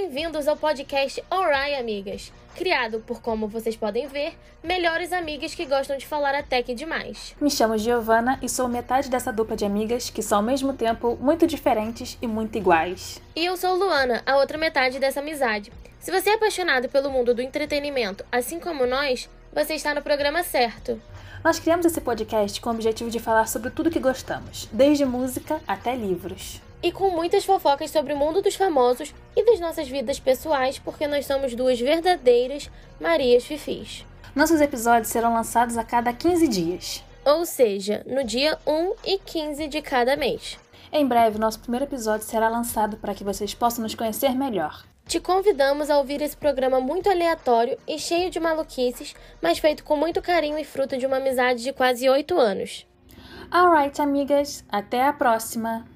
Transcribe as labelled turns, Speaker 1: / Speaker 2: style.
Speaker 1: bem-vindos ao podcast Alright Amigas, criado por, como vocês podem ver, melhores amigas que gostam de falar até que demais.
Speaker 2: Me chamo Giovana e sou metade dessa dupla de amigas que são ao mesmo tempo muito diferentes e muito iguais.
Speaker 1: E eu sou Luana, a outra metade dessa amizade. Se você é apaixonado pelo mundo do entretenimento, assim como nós, você está no programa certo.
Speaker 2: Nós criamos esse podcast com o objetivo de falar sobre tudo que gostamos, desde música até livros.
Speaker 1: E com muitas fofocas sobre o mundo dos famosos e das nossas vidas pessoais, porque nós somos duas verdadeiras Marias Fifis.
Speaker 2: Nossos episódios serão lançados a cada 15 dias.
Speaker 1: Ou seja, no dia 1 e 15 de cada mês.
Speaker 2: Em breve, nosso primeiro episódio será lançado para que vocês possam nos conhecer melhor.
Speaker 1: Te convidamos a ouvir esse programa muito aleatório e cheio de maluquices, mas feito com muito carinho e fruto de uma amizade de quase 8 anos.
Speaker 2: Alright, amigas, até a próxima!